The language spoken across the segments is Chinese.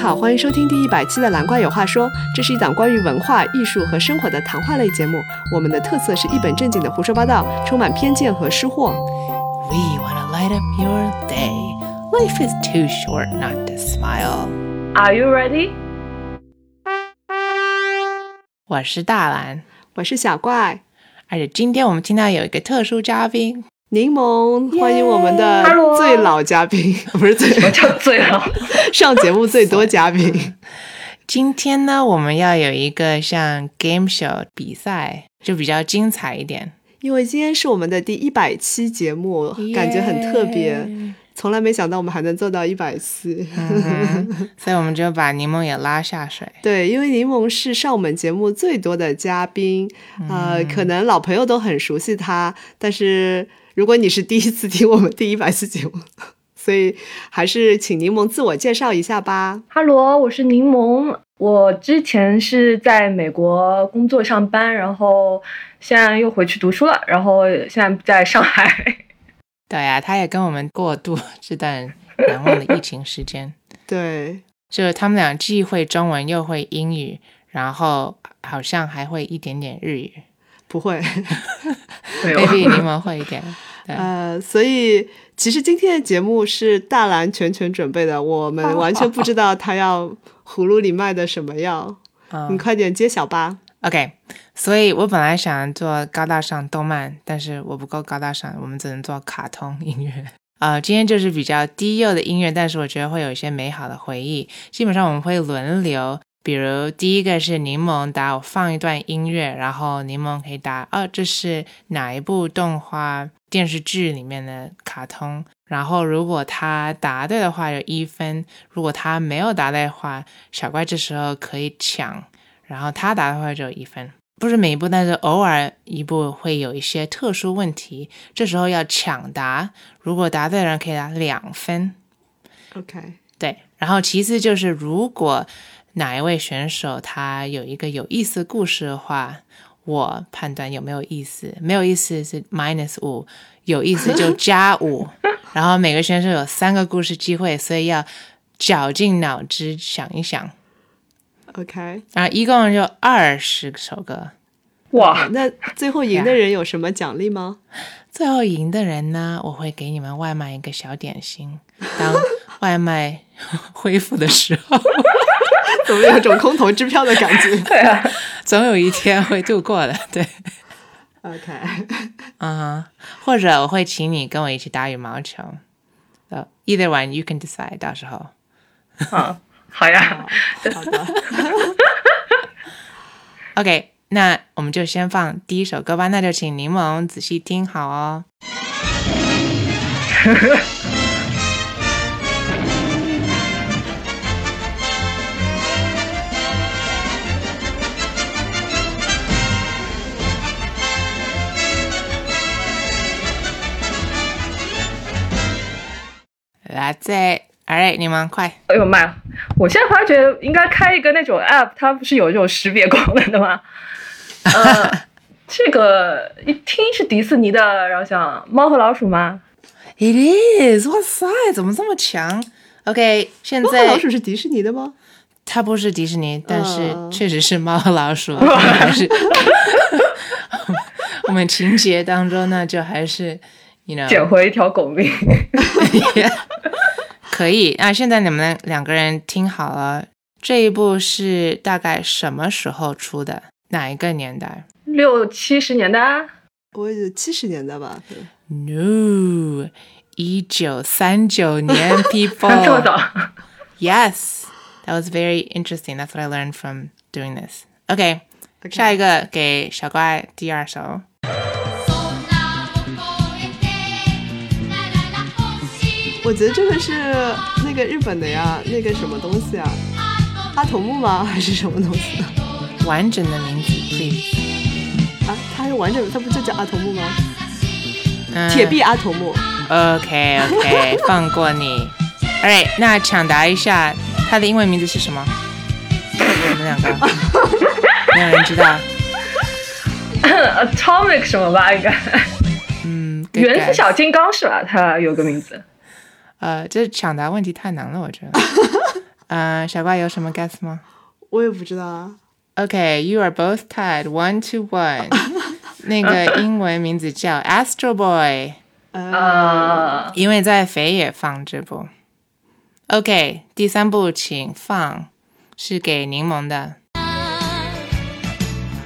好，欢迎收听第一百期的《蓝怪有话说》，这是一档关于文化艺术和生活的谈话类节目。我们的特色是一本正经的胡说八道，充满偏见和失货。 We want to light up your day. Life is too short not to smile. Are you ready？ 我是大蓝，我是小怪，而且今天我们听到有一个特殊嘉宾，柠檬，欢迎我们的 Hello 最老嘉宾，不是最 我叫醉了。上节目最多嘉宾。今天呢，我们要有一个像 game show 比赛，就比较精彩一点，因为今天是我们的第一百期节目，感觉很特别， Yeah 从来没想到我们还能做到一百次。嗯哼 所以我们就把柠檬也拉下水。对，因为柠檬是上我们节目最多的嘉宾，呃，可能老朋友都很熟悉他，但是如果你是第一次听我们第一百次节目， 所以还是请柠檬自我介绍一下吧。 Hello，我是柠檬。我之前是在美国工作上班，然后现在又回去读书了，然后现在在上海。对啊，他也跟我们过渡这段难忘的疫情时间。 对，就是他们俩既会中文又会英语，然后好像还会一点点日语不会，没有，maybe 柠檬会一点。对，呃，所以其实今天的节目是大蓝全权准备的，我们完全不知道他要葫芦里卖的什么药，你嗯快点揭晓吧。 ，OK。所以我本来想做高大上动漫，但是我不够高大上，我们只能做卡通音乐。呃，今天就是比较低幼的音乐，但是我觉得会有一些美好的回忆。基本上我们会轮流，比如第一个是柠檬打我放一段音乐，然后柠檬可以打哦，这是哪一部动画电视剧里面的卡通。然后如果他答对的话有一分，如果他没有答对的话，小怪这时候可以抢，然后他答对的话就有一分。不是每一部，但是偶尔一部会有一些特殊问题，这时候要抢答。如果答对的人可以拿两分， OK，对，然后其次就是，如果哪一位选手他有一个有意思的故事的话，我判断有没有意思，没有意思是 minus 五，有意思就加五。 然后每个选手有三个故事机会，所以要绞尽脑汁想一想。 OK，然后一共就二十首歌，哇，那最后赢的人有什么奖励吗？最后赢的人呢，我会给你们外卖一个小点心。当 外卖 恢复的时候， 怎么有种空头支票的感觉对啊，总有一天会度过的。 对。 ？OK，嗯，或者我会请你跟我一起打羽毛球。呃、e i t h e r one you can decide，到时候。啊，好呀，好的， OK，那我们就先放第一首歌吧，那就请柠檬仔细听好哦。来，再 a l right，柠檬快。哎呦妈呀！我现在发觉应该开一个那种 app，它不是有这种识别功能的 吗？呃，这个一听是迪士尼的，然后想猫和老鼠吗？ It is，哇塞，怎么这么强？OK，现猫和在老鼠是迪士尼的吗？它不是迪士尼，但是嗯确实是猫和老鼠， 还是我们情节当中呢，就还是 you 捡 know 回一条狗命。可以。那现在你们两个人听好了，这一部是大概什么时候出的？哪一个年代六七十年代啊，我也七十年代吧， ？No，一九三九 年这么，people。早， Yes, that was very interesting. That's what I learned from doing this. OK，, OK 下一个给小怪第二首。 「そんなを越えてならら星我觉得这个是那个日本的呀，那个什么东西啊，阿童木吗？还是什么东西完整的名字，please。啊？它是完整，它不就叫阿童木吗？嗯铁臂阿童木， OK OK，放过你。All right，那抢答一下，他的英文名字是什么？我们两个，没有人知道。 Atomic 什么 吧，应该嗯，good 原子 guess 小金刚是吧？它有个名字。呃，这抢答问题太难了，我觉得。呃，傻瓜有什么 guess 吗我也不知道啊。 ？OK，you、are both tied one to one 。那个英文名字叫 Astro Boy，啊，因为在肥也放这部。OK，第三部请放，是给柠檬的。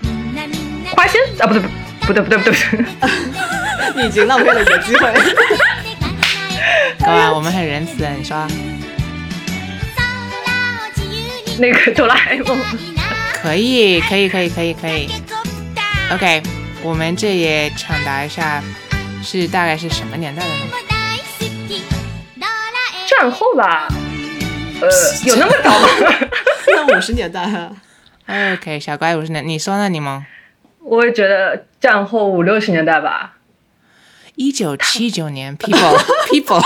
みんなみんな花心啊，不对不对不对不对不对， 你已经浪费了你的机会。 各位，我们很仁慈的，你说空を自由に那个哆啦 A 梦，みんな可以，可以，可以，可以，可以。ヘコプター OK，我们这也抢答一下，是大概是什么年代的呢？も大好きドラえ战后吧，呃，有那么早吗？ 那五十年代啊， OK，小乖五十年，你说呢，柠檬？我也觉得战后五六十年代吧，一九七九年，People People，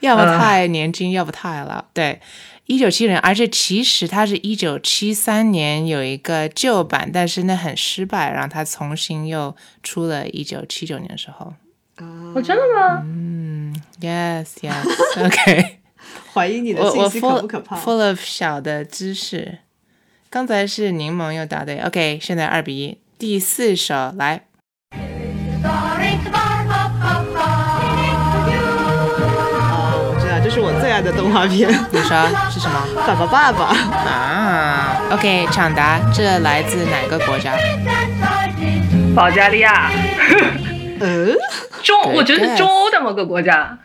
要不太年轻，要不太老。对，一九七零，而且其实它是一九七三年有一个旧版，但是那很失败，然后它重新又出了一九七九年的时候。我哦真的吗？ Yes, yes, OK 怀疑你的我。信我息 full 可不可怕？ full of 小的知识。刚才是柠檬又答对，OK，现在二比一。第四首来，啊，我知道，这是我最爱的动画片《你说是什么？ 爸爸爸爸》。啊，OK，抢答，这来自哪个国家？保加利亚，嗯，中，我觉得 Good 是中欧的某个国家，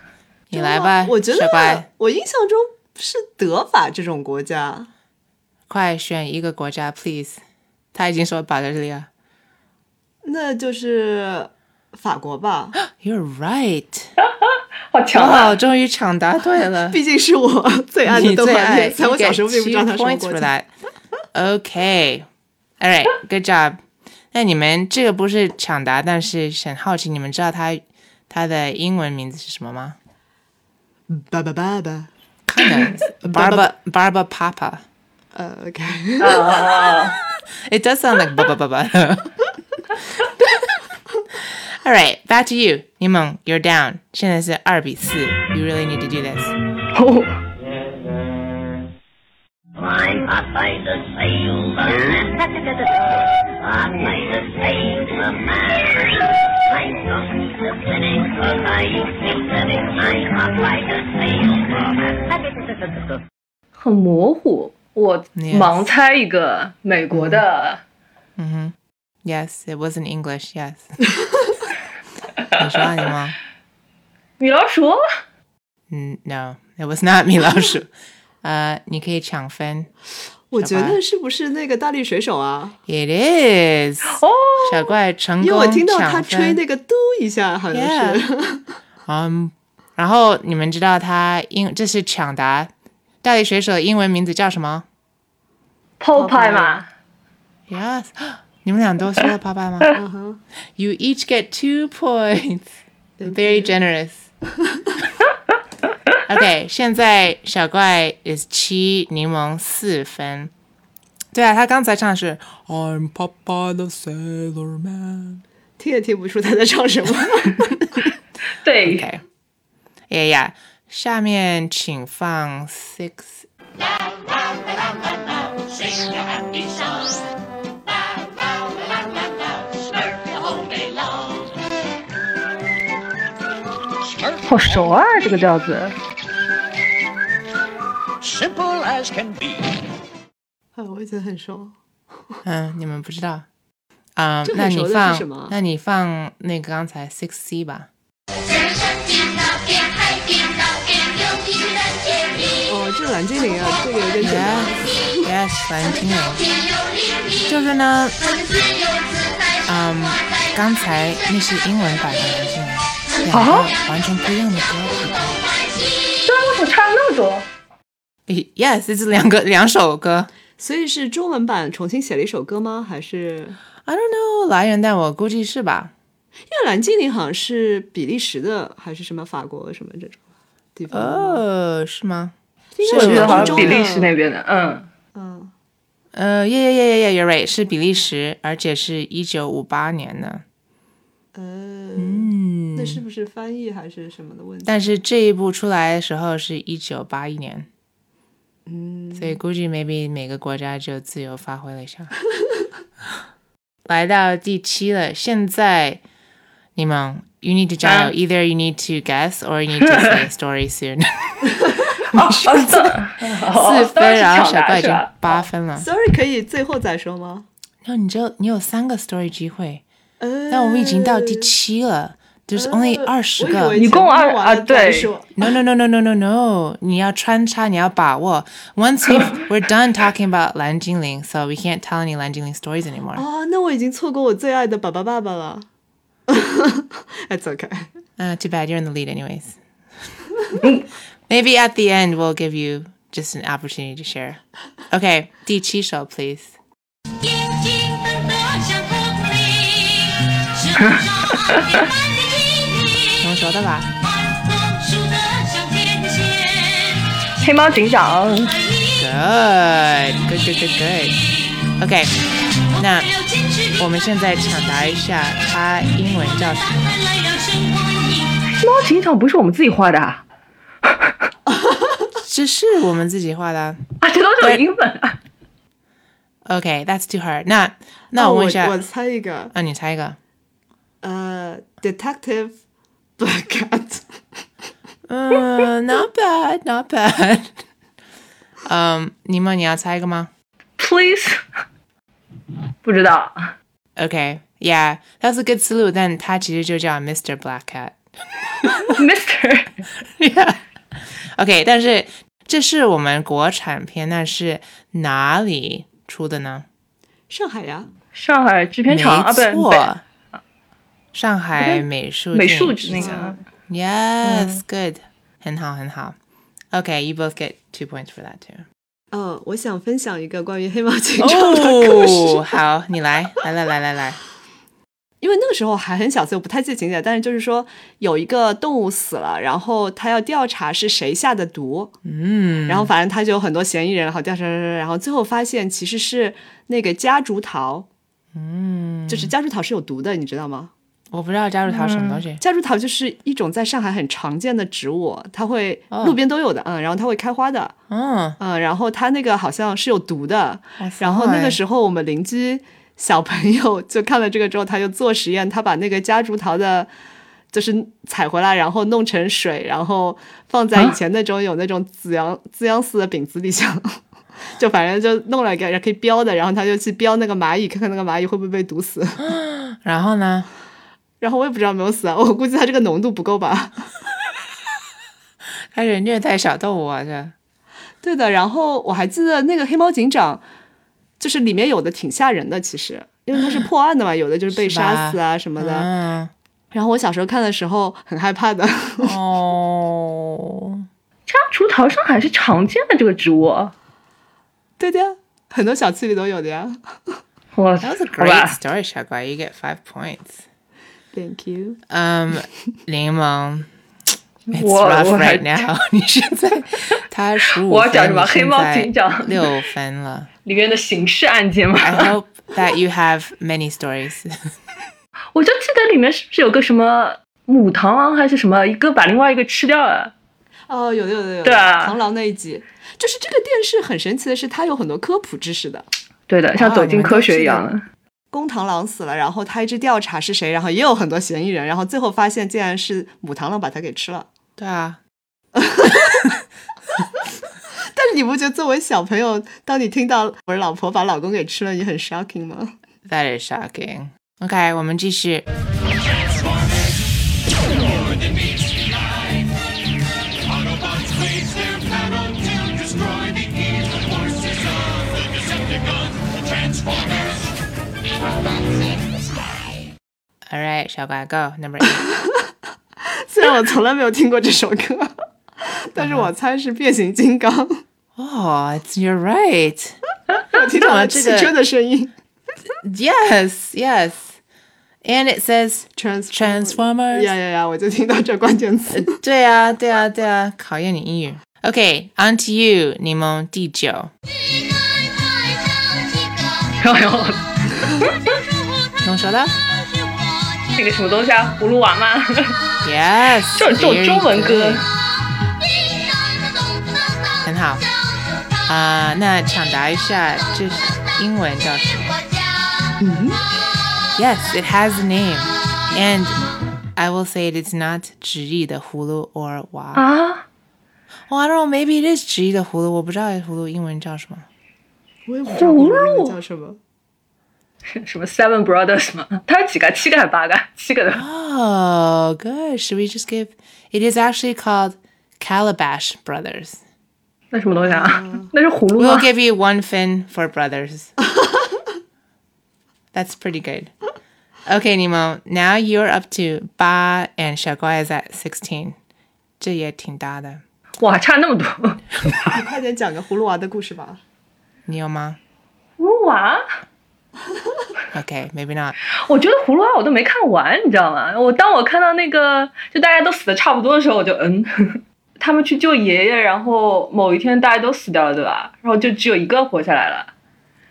你来吧，我觉小得乖，我印象中是德法这种国家。快选一个国家，please。他已经说保加利亚那就是法国 吧， ，You're right。好强啊！哦，终于抢答对了，毕竟是我 最爱的你动最画爱片，在我小时候并不知道它 you 是什 get 么 two 国 points for 家。 that. OK, all right, good job. 那你们这个不是抢答，但是很好奇，你们知道它它的英文名字是什么吗爸爸爸爸， ？Barba Barba Papa. 呃，OK， It does sound like ba ba ba ba. All right, back to you. 柠檬 you're down. 现在是二比四。You really need to do this. 哦 I'm hot by the sailor. Hot by the sailor man. I'm going to clinic for life. I'm hot by the sailor man. 很模糊，我 Yes 嗯盲猜一个美国的 Yes, it was in English. Yes. 你说啊，柠檬。米老鼠，哦嗯，no, it was not 米老鼠。呃，你可以抢分。我觉得是不是那个大力水手啊？ It is 哦，小怪成因为功我听到他抢吹分那个嘟一下，好像是 Yeah 嗯，然后你们知道他英这是抢答，大力水手的英文名字叫什么 Popeye 嘛， ？Yes，你 们俩都说了爸 爸吗嗯？You each get two points. Very generous. OK，现在小怪 is 七，柠檬四分。对啊，他刚才唱的是 I'm Papa the Sailor Man。 听也听不出他在唱什么。 对 OK，哎呀，下面请放 Six。好熟啊，这个调子， Simple as can be. 啊，我也觉得很熟。嗯，你们不知道。啊、这那很你熟的是放什么那你放那个刚才 Six C 吧。哦，这蓝精灵啊，这个有点简单。 Yes, yes，蓝精灵。就是呢，嗯，刚才那是英文版的蓝精灵，两个啊完全不一样的歌对啊，为什么差那么多？曲。Yes，这是两个两首歌。所以是中文版重新写了一首歌吗？还是 I don't know 来源，但我估计是吧。因为蓝精灵好像是比利时的，还是什么法国什么这种地方的吗？哦，是吗？应是该我是觉得呃好欧像洲比的利时那边的，嗯，嗯，呃，耶耶耶耶耶 r i 是比利时，而且是一九五八年的。呃，那以是不是翻译还是什么的问题？但是这一部出来的时候是一九八一年，嗯，所以估计 maybe 每个国家就自由发挥了一下。 来到第七了，现在你们 you need to 加油、啊 e i t h e r you need to guess or you need to say a story soon 哦，哦四嗯四分，然后小怪已是经吧？八分了。 sorry 可以最后再说吗？然后你就你有三个 story 机会，呃，但我们已经到第七了，就是呃 only 二十我以个为。一共二全部完了啊对再说 No no no no no no no！你要穿插，你要把握。Once we we're done talking about 蓝精灵，so we can't tell any 蓝精灵 stories anymore。哦，那我已经错过我最爱的爸爸爸爸了。That's okay。 Uh, too bad you're in the lead, anyways. Maybe at the end we'll give you just an opportunity to share. Okay，第七首，please。眼睛瞪得像公鸡，身上爱点满的能记忆，说的吧？慢动数得像天线。黑猫警长， Good, good, good, good, good. OK，那要坚持我们现在抢答一下，它英文叫什么？打败了让生活赢。黑猫警长不是我们自己画的啊，这是我们自己画的啊。啊，这都是我英文啊。 OK，that's、too hard 那。 那哦我我问一下，我猜一个，啊，你猜一个。呃，Detective Black Cat。嗯，not Uh, bad，not bad。嗯，你们你要猜一个吗 Please，不知道， ？OK，yeah，that's a good clue，但它其实就叫 Mr. Black Cat。 Mr. Yeah. OK，但是这是我们国产片，那是哪里出的呢？上海呀， 上海制片没厂啊，不对，错，上海美术美电术影制那作个 Yes, good，很好很好。Okay, you both get two points for that too. 嗯，我想分享一个关于黑猫警 Oh, 长 的故事哦，Oh, 好，你来，来来来来来，因为那个时候还很小，所以我不太记得情节，但是就是说有一个动物死了，然后他要调查是谁下的毒，嗯，然后反正他就有很多嫌疑人，然后调查，然后最后发现其实是那个夹竹桃，嗯，就是夹竹桃是有毒的，你知道吗？我不知道加入桃什么东西，夹竹桃就是一种在上海很常见的植物，它会哦路边都有的，嗯，然后它会开花的，嗯，嗯，然后它那个好像是有毒的，哇塞然后那个时候我们邻居小朋友就看了这个之后，他就做实验，他把那个夹竹桃的，就是采回来，然后弄成水，然后放在以前那种有那种紫阳紫阳丝的饼子里想。 就反正就弄了一个可以标的，然后他就去标那个蚂蚁，看看那个蚂蚁会不会被毒死。然后呢？然后我也不知道有没有死啊，我估计它这个浓度不够吧。 开始虐待小动物啊，这对的，然后我还记得那个黑猫警长，就是里面有的挺吓人的，其实因为他是破案的嘛，有的就是被是吧杀死啊什么的。嗯，然后我小时候看的时候很害怕 的，哦，家竹桃，上海是常见的这个植物。哦对的呀，很多小区里都有的呀。哇， That was a 好 great 吧， story, 小乖 You get five points. Thank you。嗯，柠檬。It's 我 rough 我 right now. 你现在他十五，我要讲什么黑猫警长六分了。里面的刑事案件嘛， I hope that you have many stories. 我就记得里面是不是有个什么母螳螂还是什么，一个把另外一个吃掉了？哦，有的有的有的。对啊螳螂那一集，就是这个电视很神奇的是，它有很多科普知识的。对的，像哦走你进们都科学记一得样的。公螳螂死了，然后他一直调查是谁，然后也有很多嫌疑人，然后最后发现竟然是母螳螂把它给吃了。 对啊，但是你不觉得作为小朋友，当你听到我的老婆把老公给吃了，你很 shocking 吗？ That is shocking. OK，我们继续。All right，小白 go number eight。虽然我从来没有听过这首歌， 但是我猜是变形金 刚。哦、oh,，You're right。我听到了汽这个车的声音。 Yes, yes. And it says Trans Transformers. 呀呀呀！我就听到这关键词。 对啊，对啊，对啊，考验你英语。OK, on to you，柠檬第九，只爱爱到极高，然后生活它能说的？是我家。那个什么东西啊，葫芦娃 嘛， Yes，就是啊这种中文歌 very good，很好啊、那抢答一下，这是英文叫什么？Yes, it has a name, and I will say it is not 直译的葫芦 or 娃。啊， Oh, I don't know. Maybe it is 直译的葫芦，我不知道葫芦英文叫什么。我也不知道葫芦那个叫什么。什么 Seven Brothers 嘛，它有几个？七个还是八个？七个的。 Oh, good. Should we just give? It is actually called Calabash Brothers. 那什么东西啊？那是葫芦 We 吗 will give you one fin for brothers. That's pretty good. Okay, Nemo. Now you're up to 八 and Shagua is at sixteen. 这也挺大的，哇，差那么多！嗯葫你快点讲个葫芦娃的故事吧。你有吗芦娃， ？Okay, maybe not. 我觉得葫芦娃我都没看完，你知道吗？我当我看到那个就大家都死的差不多的时候，我就嗯， 他们去救爷爷，然后某一天大家都死掉了，对吧？然后就只有一个活下来了，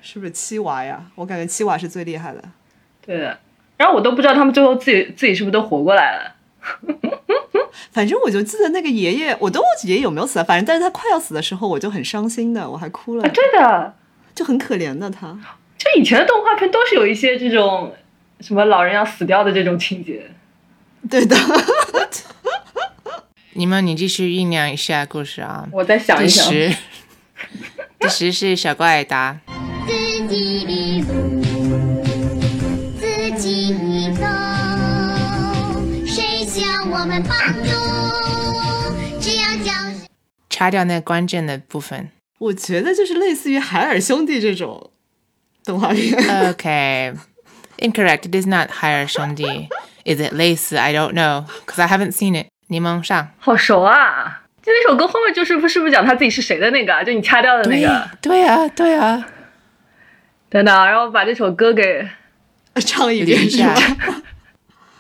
是不是七娃呀？我感觉七娃是最厉害的。对的。然后我都不知道他们最后自己自己是不是都活过来了。反正我就记得那个爷爷，我都忘记爷爷有没有死了。反正但是他快要死的时候，我就很伤心的，我还哭了啊，，对的，就很可怜的他。就以前的动画片都是有一些这种什么老人要死掉的这种情节。对的， 你们，你继续酝酿一下故事啊。 我再想一第想，十，第十是小怪答。自己走，谁向我们帮助？只要将。掐掉那关键的部分。我觉得就是类似于海尔兄弟这种动画片。 Okay. Incorrect. It is not hire Shundi. Is it lace? I don't know because I haven't seen it. 柠檬上。好熟啊！就那首歌后面就是不是不是讲他自己是谁的那个啊，就你掐掉的那个。等等啊，然后把这首歌给唱一遍是吧？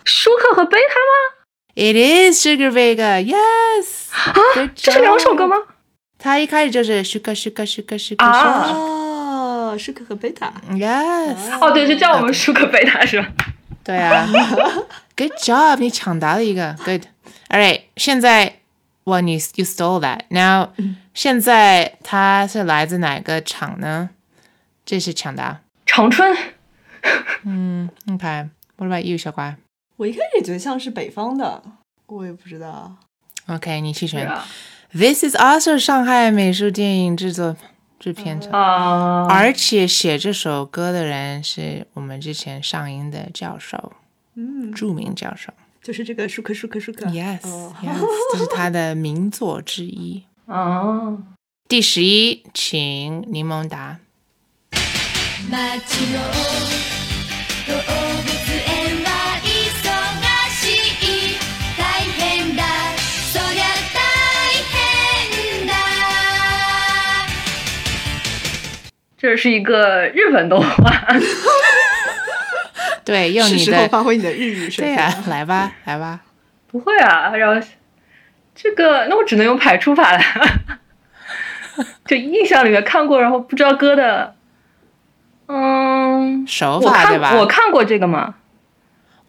舒克和贝塔吗？ It is Sugar Vega. Yes. 啊 Good，这是两首歌吗？他一开始就是 Sugar Sugar Sugar Sugar 啊哦，舒克和贝塔， Sugar. Yes. 哦，对，就叫我们舒克贝塔是吧？对啊。Good job. 你抢答了一个。Good. All right. 现在 well you you stole that. Now 现在它是来自哪个厂呢？这是抢答。长春， Okay. What about you, 小乖？我一开始也觉得像是北方的，我也不知道。 Okay, 对你弃权。啊， This is also 上海美术电影制作制片厂，哦啊而且写这首歌的人是我们之前上音的教授，嗯，著名教授。就是这个舒克舒克舒克 Yes, 哦 yes，这是他的名作之一。啊，第十一，请柠檬 答。街の動物園は忙しい大変だそりゃ大変だ这是一个日本动画，对，用 是你时候的，发挥你的日语水对平呀、了。来吧，来吧。不会啊，然后这个那我只能用排除法了， 就印象里面看过，然后不知道歌的，嗯，手我法看对吧？我看过这个吗？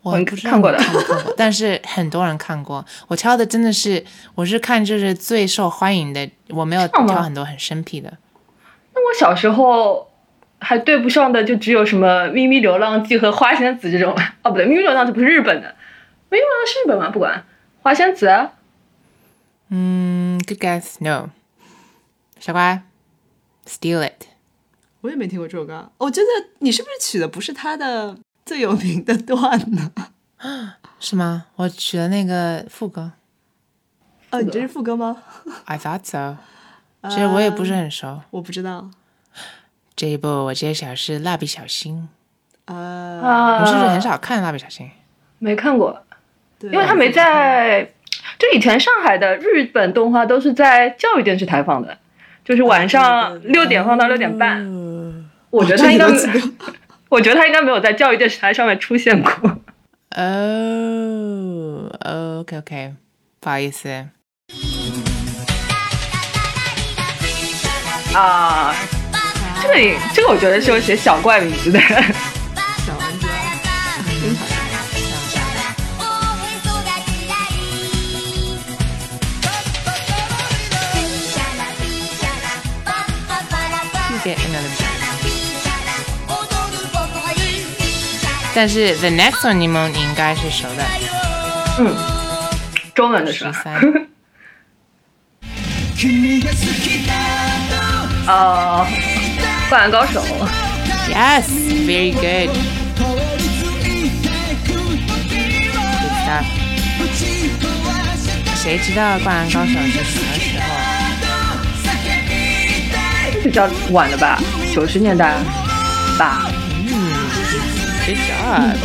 我我不知道看过的你看不看过，但是很多人看过。我挑的真的是，我是看就是最受欢迎的，我没有样吗挑很多很生僻的。那我小时候还对不上的就只有什么《咪咪流浪记》和《花仙子》这种了。 哦，不对，《咪咪流浪记》不是日本的，《咪咪流浪记》是日本吗？不管，《花仙子》啊嗯，Good guess, no。傻瓜，steal it。我也没听过这首歌。哦我觉得你是不是取的不是他的最有名的段呢？ 是吗？我取了那个副歌哦，你这是副歌吗？ ，I thought so。其实我也不是很嗯熟。我不知道。这一部我揭晓是《蜡笔小新呃，啊，》，你是不是很少看《蜡笔小新》？没看过？对，因为他没 在，就以前上海的日本动画都是在教育电视台放的，就是晚上六点放到六点嗯半。我觉得他应该，哦这个都记我觉得他应该没有在教育电视台上面出现过。哦，OK OK，不好意思，啊，这个也这个我觉得是有写小怪名字的，小丸子。让一下。但是 the next one 柠檬你应该是熟的， 中文的是十吧？三。 哦，灌篮高手， Yes, very good. Good stuff. 谁知道《灌篮高手》是什么时候？这比较晚了吧？九十年代吧？ Good job.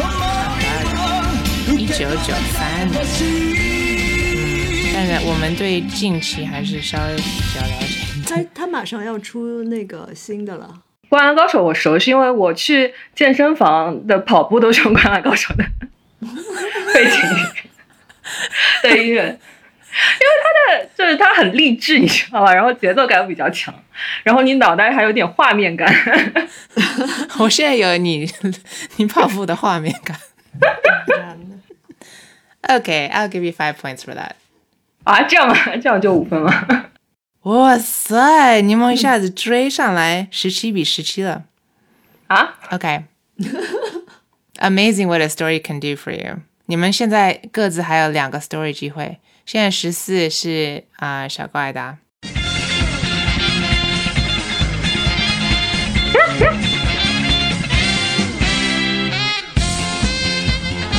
一九九三年。嗯，但是我们对近期还是稍微比较了解一点。 他他马上要出那个新的 了，灌篮高手我熟，是因为我去健身房的跑步都是用灌篮高手的背景的音乐，因为它的就是它很励志，你知道吧？然后节奏感比较强，然后你脑袋还有点画面感。我现在有你你跑步的画面感。Okay, I'll give you five points for that. 啊，这样吗？这样就五分吗？哇塞，柠檬一下子追上来十七比十七了。啊， Okay. Amazing what a story can do for you. 你们现在各自还有两个 story 机会。现在十四是啊、呃小高艾达，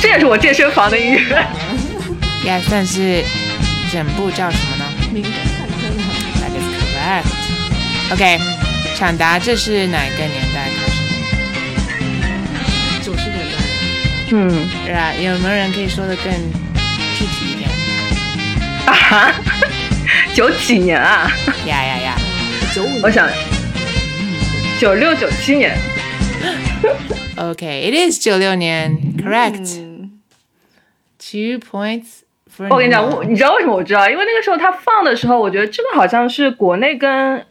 这也是我健身房的音乐。 yes，但是整部叫什么呢敏感的， ？That is correct. OK，抢答，这是哪个年代开始？九十年代。嗯，对啊，有没有人可以说的更具体一点？啊，九几年啊？呀呀呀！九五年，我想，九六九七年 OK，it、is 九六年，correct、嗯 Two points for 我跟哎你讲， Nemo 我你知道为什么我知道？因为那个时候它放的时候，我觉得这个好像是国内跟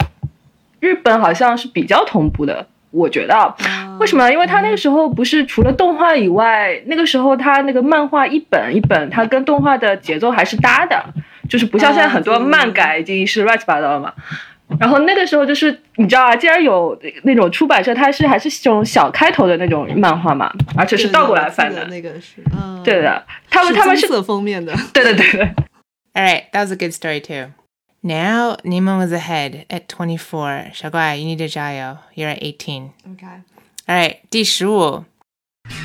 日本好像是比较同步的。我觉得啊嗯为什么呢？因为它那个时候不是除了动画以外，那个时候它那个漫画一本一本，它跟动画的节奏还是搭的，就是不啊像现在很多漫改已经是乱七八糟了嘛。然后那个时候就是你知道啊，既然有那种出版社，它是还是这种小开头的那种漫画嘛，而且是倒过来翻的对。那个是，嗯，对，的，他们他们是金色封面的， 对对对对。 All right, that was a good story too. Now Nemo was ahead at 24. Shagwai, you need to jayo. You're at 18. OK， All right, 第十五这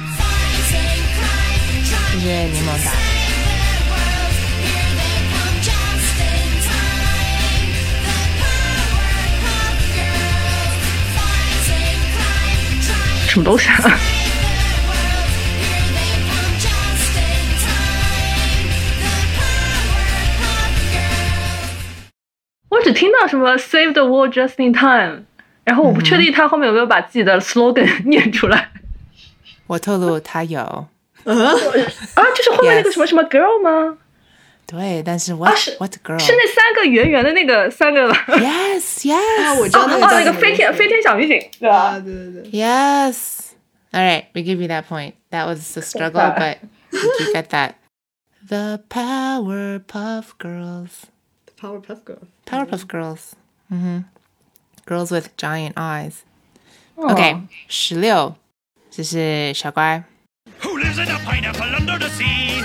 是柠檬答。什么东西啊？ 我只听到什么 “Save the world just in time”，然后我不确定他后面有没有把自己的 slogan 念出来我透露他有，啊，就是后面那个 Yes 什么什么 girl 吗？对，但是 what、是 what 是 girl？那三个圆圆的那个三个吧？哦， Yes, yes，、啊，我知道那个哦，叫那什个么飞天名字飞天小女警，对啊，吧？对对对， Yes. All right, we give you that point. That was the struggle, but did you get that? The Powerpuff Girls. Powerpuff Girl， Powerpuff Girls. Mm-hmm. Girls with giant eyes. 哦 Okay, 十六，这是小乖。 Who lives in a pineapple under the sea?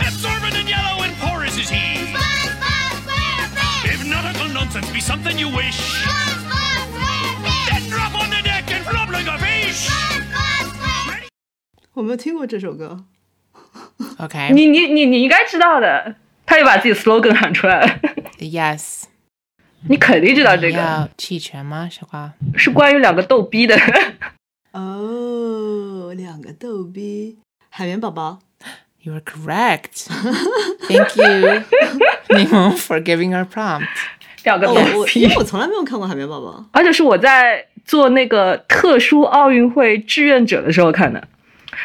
Absorbent and yellow and porous is he. If nautical nonsense be something you wish, then drop on the deck and flop like a fish. 我没有听过这首歌， Okay. 你你你你应该知道的，他又把自己 slogan 喊出来了， Yes. 你肯定知道这个要弃权吗，小瓜？是关于两个逗逼的。 哦，两个逗逼，海绵宝宝， You are correct. Thank you, Nemo, for giving our prompt. 两个哦，逗我逼因为，我从来没有看过海绵宝宝， 而且是我在做那个特殊奥运会志愿者的时候看的，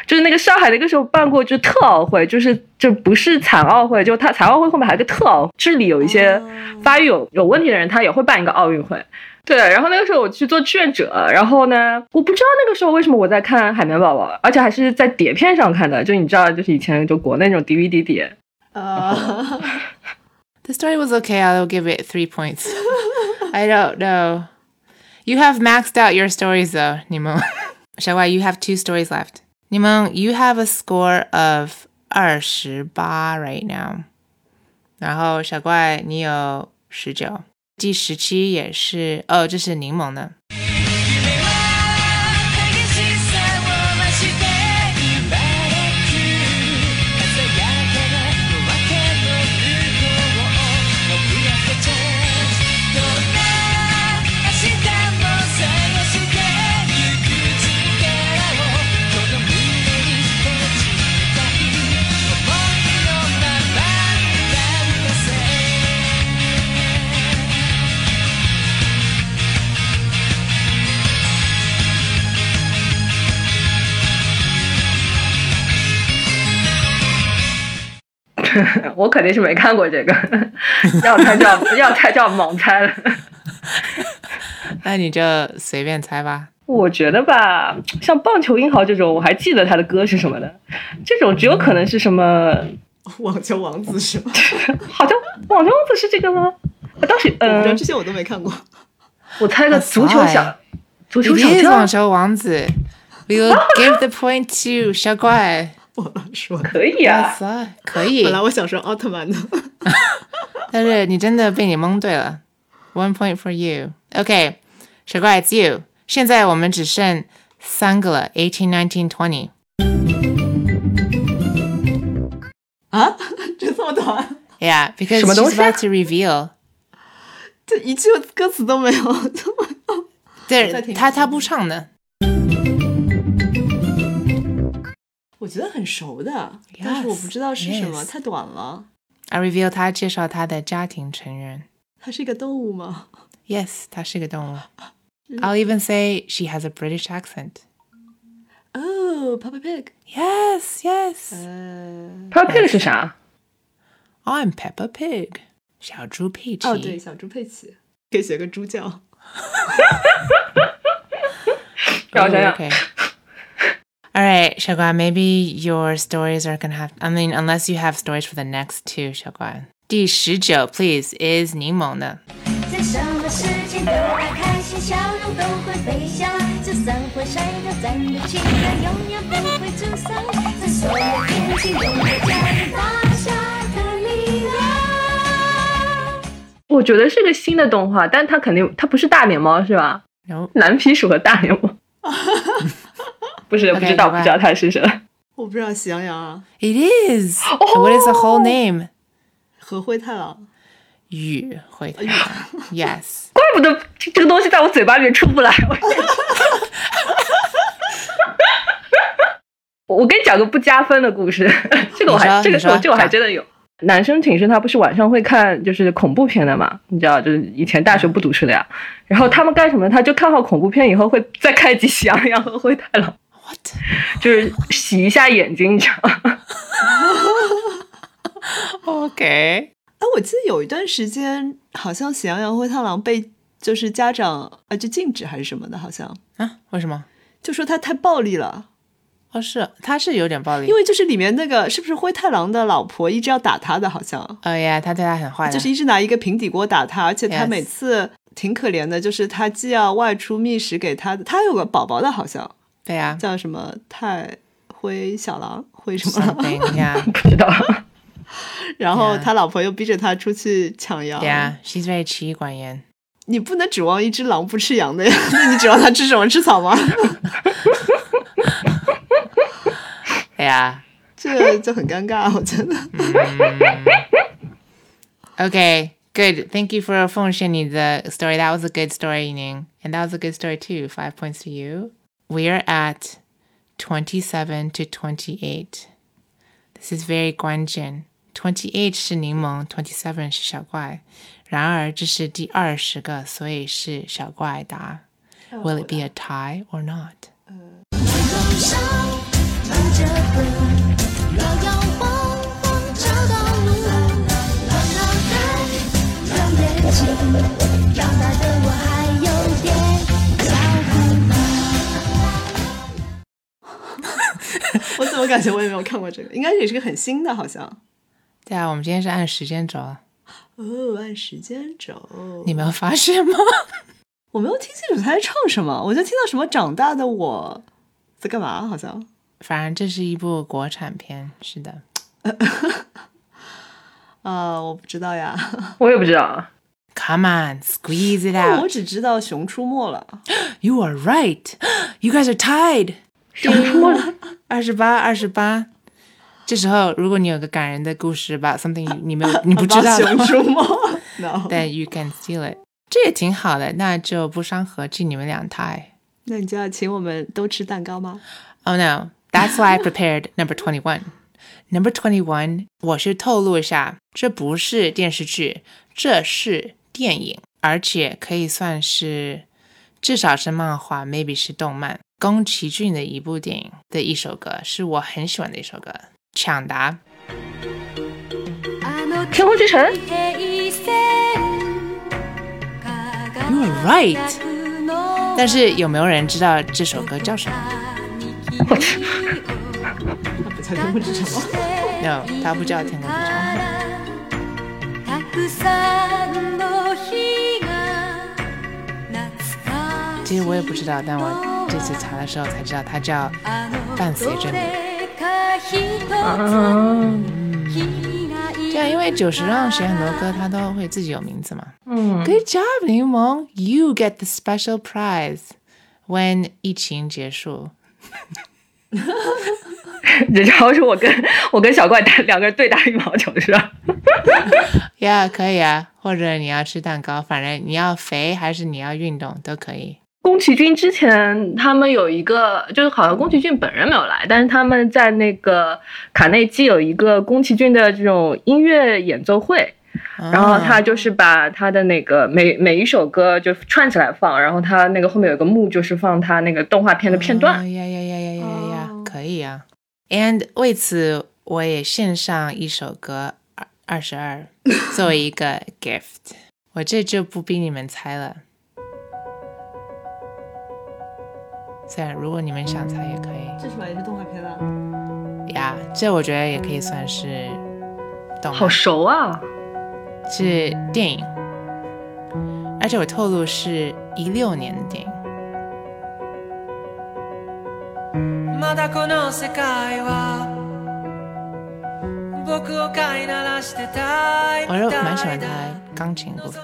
就是那个上海那个时候办过，就是特奥会，就是这不是残奥会，就它残奥会后面还有个特奥，智力有一些发育有有问题的人，他也会办一个奥运会。对，然后那个时候我去做志愿者，然后呢，我不知道那个时候为什么我在看海绵宝宝，而且还是在碟片上看的，就你知道，就是以前就国内那种 DVD 碟， 啊， The story was okay. I'll give it three points. I don't know. You have maxed out your stories, though, Nemo. 小怪 you have two stories left. 你们 you have a score of 二十八 right now. 然后小怪你有十九，第十七也是哦，这是柠檬的。我肯定是没看过这个， 要猜就要要猜就要盲猜了。那你就随便猜吧。我觉得吧，像棒球英豪这种，我还记得他的歌是什么的，这种只有可能是什么，网球王子是吧？好像网球王子是这个吗？我当时我不知道，嗯这，些我都没看过。我猜个足球小 Outside 足球 It 小 is 将网球王子。We will give the point to 小怪。我乱说，可以啊 That's，all. 可以。本来我想说奥特曼的。但是你真的被你蒙对了。One point for you. Okay, Shagua, it's you. 现在我们只剩三个了。18, 19, 20. 啊，这这么短， Yeah, because 什么东西啊？ she's about to reveal. 这一句歌词都没有，这么对，我在听。她-她不唱的。我觉得很熟的 Yes, 但是我不知道是什么 yes. 太短了。 I reveal 她介绍她的家庭成员。它是一个动物吗？ Yes, 她是个动物。I'll even say she has a British accent. 哦、p a p p a Pig， Yes, yes. 呃， p u r p i 是啥？ I'm Peppa Pig. 小猪佩奇。哦，对，小猪佩奇，可以学个猪叫。让我 Ooh, 想想 okay. All right, Shagwan, maybe your stories are going to have, I mean, unless you have stories for the next two, Shagwan. 第十九, please, is 柠檬的.在什么事情都爱开心，笑容都会飞翔，就算会摔跤，咱的情感永远不会沮丧，在所有天气拥有家人大侠的力量。我觉得是个新的动画，但它肯定它不是大脸猫是吧？ No. 蓝皮鼠和大脸猫，不是 OK，不知道明白不知道它是谁。我不知道喜羊羊啊， It is. And What is the whole name? 和灰太狼， Yu Yes. 怪不得这这个东西在我嘴巴里出不来。 我我跟你讲个不加分的故事， 这个我还你说这个你说这个我还真的有。男生寝室他不是晚上会看就是恐怖片的嘛？你知道，就是以前大学不读书的呀。然后他们干什么？他就看好恐怖片以后会再看一集《喜羊羊和灰太狼》 What? 就是洗一下眼睛，你知道吗？ Okay. 哎，我记得有一段时间，好像喜羊羊、灰太狼被就是家长啊就禁止还是什么的，好像就说它太暴力了，啊？为什么？哦，是，他是有点暴力。因为就是里面那个是不是灰太狼的老婆一直要打他的，好像 Oh yeah, 他对他很坏的。就是一直拿一个平底锅打他，而且他 Yes 每次挺可怜的，就是他既要外出觅食给他的，他有个宝宝的，好像 对啊。叫什么太灰小狼，灰什么狼， Something, yeah. 不知道。然后 Yeah 他老婆又逼着他出去抢羊， Yeah, she's very 奇异寡言。你不能指望一只狼不吃羊的呀，那你指望它吃什么？吃草吗？ Yeah. 这就很尴尬，我觉得。嗯 Okay, good. Thank you for 奉献你的 story. That was a good story, Yining. And that was a good story too. Five points to you. We are at 27 to 28. This is very 关键. 28是柠檬, 27是小怪。然而这是第二十个，所以是小怪答。Will it be a tie or not? 路上伴着歌，摇摇晃晃找到路，晃脑袋，揉眼睛，长大的我还有点小苦恼。我怎么感觉我也没有看过这个？应该也是个很新的，好像。对啊，我们今天是按时间轴。哦，按时间轴。你没有发现吗？我没有听清楚他在唱什么，我就听到什么“长大的我在干嘛？好像 反正这是一部国产片，是的。啊、我不知道 呀，我也不知道啊。 Come on, squeeze it 我 out. 只知道《熊出没》了。 You are right. You guys are tied. 熊出没二十八，二十八。这时候，如果你有个感人的故事吧，something you- 你没有，你不知道《熊的话出没》，no。 ，then you can steal it。这也挺好的，那就不伤和气，你们俩 tie。那你就要请我们都吃蛋糕吗？ Oh no, that's why I prepared number twenty one. Number twenty one，我是透露一下，这不是电视剧，这是电影，而且可以算是至少是漫画，maybe 是动漫。宫崎骏的一部电影的一首歌，是我很喜欢的一首歌，《抢答》。天空之城 You are right。但是有没有人知道这首歌叫什么那不叫天空之城吗？ ？No，它不叫《天空之城》。其实我也不知道，但我这次查的时候才知道，它叫《伴随着你》。啊，对啊，因为久石让写很多歌，他都会自己有名字嘛。嗯， Good job，柠檬，You get the special prize when 疫情结束。 然后是我跟我跟小怪打两个人对打羽毛球是吧？ Yeah，可以啊，或者你要吃蛋糕，反正你要肥还是你要运动都可以。宫崎骏之前他们有一个，就是好像宫崎骏本人没有来，但是他们在那个卡内基有一个宫崎骏的这种音乐演奏会，啊然后他就是把他的那个每每一首歌就串起来放，然后他那个后面有个幕就是放他那个动画片的片段。哦呀呀呀呀呀呀呀哦，可以啊。And 为此我也献上一首歌二二十二作为一个 gift。我这就不逼你们猜了。虽然如果你们想猜也可以这是吧？也是动画片啊。呀这我觉得也可以算是动好漫，熟啊！是电影，而且我透露是一六年的电影。まだこの世界は僕を飼いならしてたい我就蛮喜欢他钢琴部分。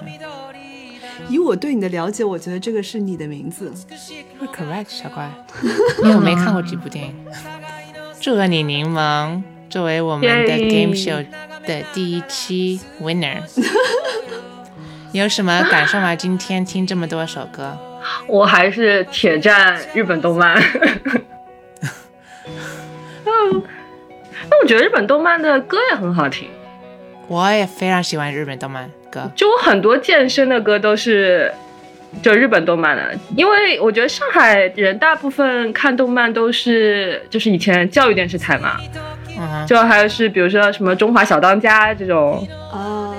以我对你的了解，我觉得这个是你的名字。是 correct 小乖，因为我没看过几部电影。祝贺你柠檬作为我们的 Yay game show 的第一期 winner，有什么感受吗？今天听这么多首歌，我还是铁站日本动漫。 嗯，那我觉得日本动漫的歌也很好听，我也非常喜欢日本动漫歌。就我很多健身的歌都是就日本动漫的，因为我觉得上海人大部分看动漫都是就是以前教育电视台嘛，嗯哦哼，就还有是比如说什么《中华小当家》这种，啊，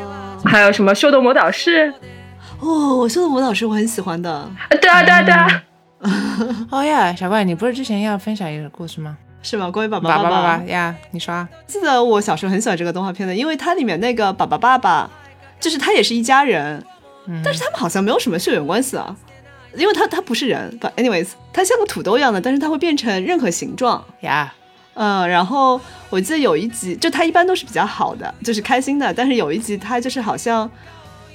还有什么《秀逗魔导士》哦，我说的舞蹈是我很喜欢的，啊，对啊对啊对啊，哦呀，小怪，你不是之前要分享一个故事吗？是吧？关于爸爸爸爸爸爸爸呀，你说啊。记得我小时候很喜欢这个动画片的，因为它里面那个爸爸爸爸，就是他也是一家人，嗯但是他们好像没有什么血缘关系啊，因为他他不是人。But anyways，他像个土豆一样的，但是他会变成任何形状。呀嗯，然后我记得有一集，就他一般都是比较好的，就是开心的，但是有一集他就是好像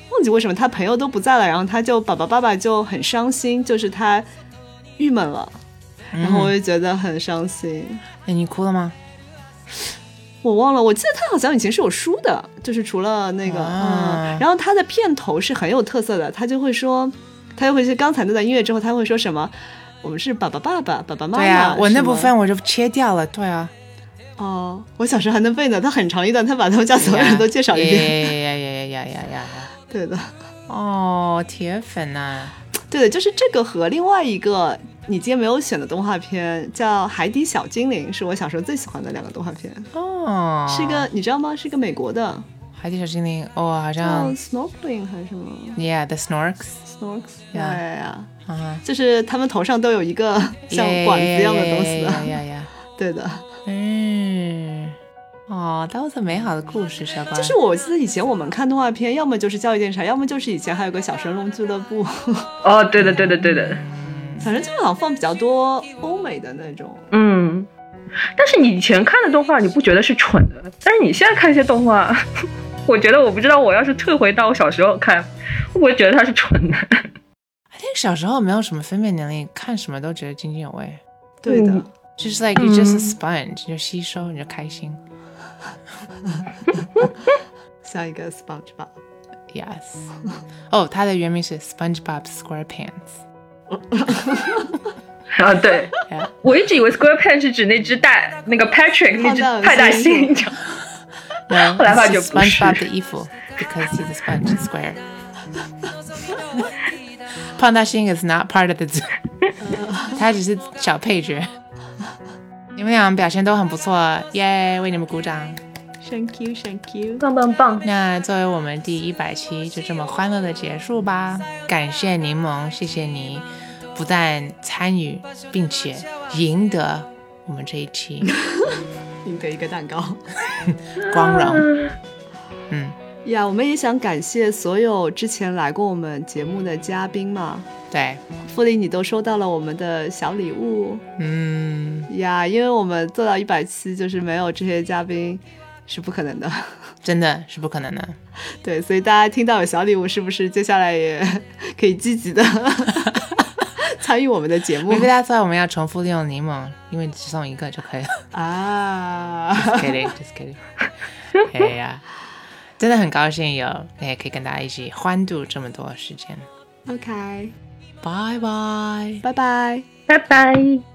忘记为什么他朋友都不在了，然后他就爸爸爸爸就很伤心，就是他郁闷了，然嗯后我就觉得很伤心。哎，你哭了吗？我忘了，我记得他好像以前是有书的，就是除了那个，啊嗯，然后他的片头是很有特色的，他就会说，他就会是刚才那段音乐之后，他会说什么？我们是爸爸、爸爸、爸爸妈妈。对呀，我那什部么分我就切掉了。对啊，哦，我小时候还能背呢，他很长一段，他把他们家所有人都介绍一遍。 呀呀呀呀呀呀呀！对的，哦，铁粉呐、对的，就是这个和另外一个你今天没有选的动画片叫《海底小精灵》，是我小时候最喜欢的两个动画片，哦，是个你知道吗？是个美国的，海底小精灵哦，好叫像、 Snorkeling 还是什么 Yeah，The Snorks， Snorks？ Yeah 呀呀呀！啊，就是他们头上都有一个 像管子一样的东西啊呀的，呀呀，对的。嗯，哦，都是美好的故事，小乖。就是我记得以前我们看动画片，要么就是教育电视台，要么就是以前还有个小神龙俱乐部。哦，对的对的对的，嗯反正就是好像放比较多欧美的那种，嗯，但是你以前看的动画，你不觉得是蠢的？但是你现在看一些动画， 我觉得我不知道，我要是退回到我小时候看，我会觉得它是蠢的。 I think 小时候没有什么分辨能力，看什么都觉得津津有味，对的，嗯就是 like you just a 嗯 sponge，你就吸收，你就开心。像一个 sponge 吧。 Yes，哦，它的原名是 SpongeBob SquarePants。 啊，对 Yeah 我一直以为 SquarePants 是指那只大那个 Patrick 那只派大星，你知道吗？ No， 后来发觉是不是 SpongeBob 的衣服，because he's a sponge square。胖大星 is not part of the zoo，他只是小配角。你们俩表现都很不错，耶、为你们鼓掌。 Thank you, thank you。棒棒棒！那作为我们第一百期就这么欢乐的结束吧，感谢柠檬，谢谢你不但参与，并且赢得我们这一期赢得一个蛋糕。 光 荣。嗯，呀我们也想感谢所有之前来过我们节目的嘉宾嘛。对，福利你都收到了我们的小礼物嗯，呀因为我们做到一百期，就是没有这些嘉宾是不可能的。 真的是不可能的。对，所以大家听到有小礼物，是不是接下来也可以积极的 参与我们的节目 我 y 大家知道我们要重复利用柠檬，因为只送一个就可以了。 啊？ Kidding，just kidding。哎呀，真的很高兴有，哎，可以跟大家一起欢度这么多时间。 OK，拜拜。拜拜。拜拜。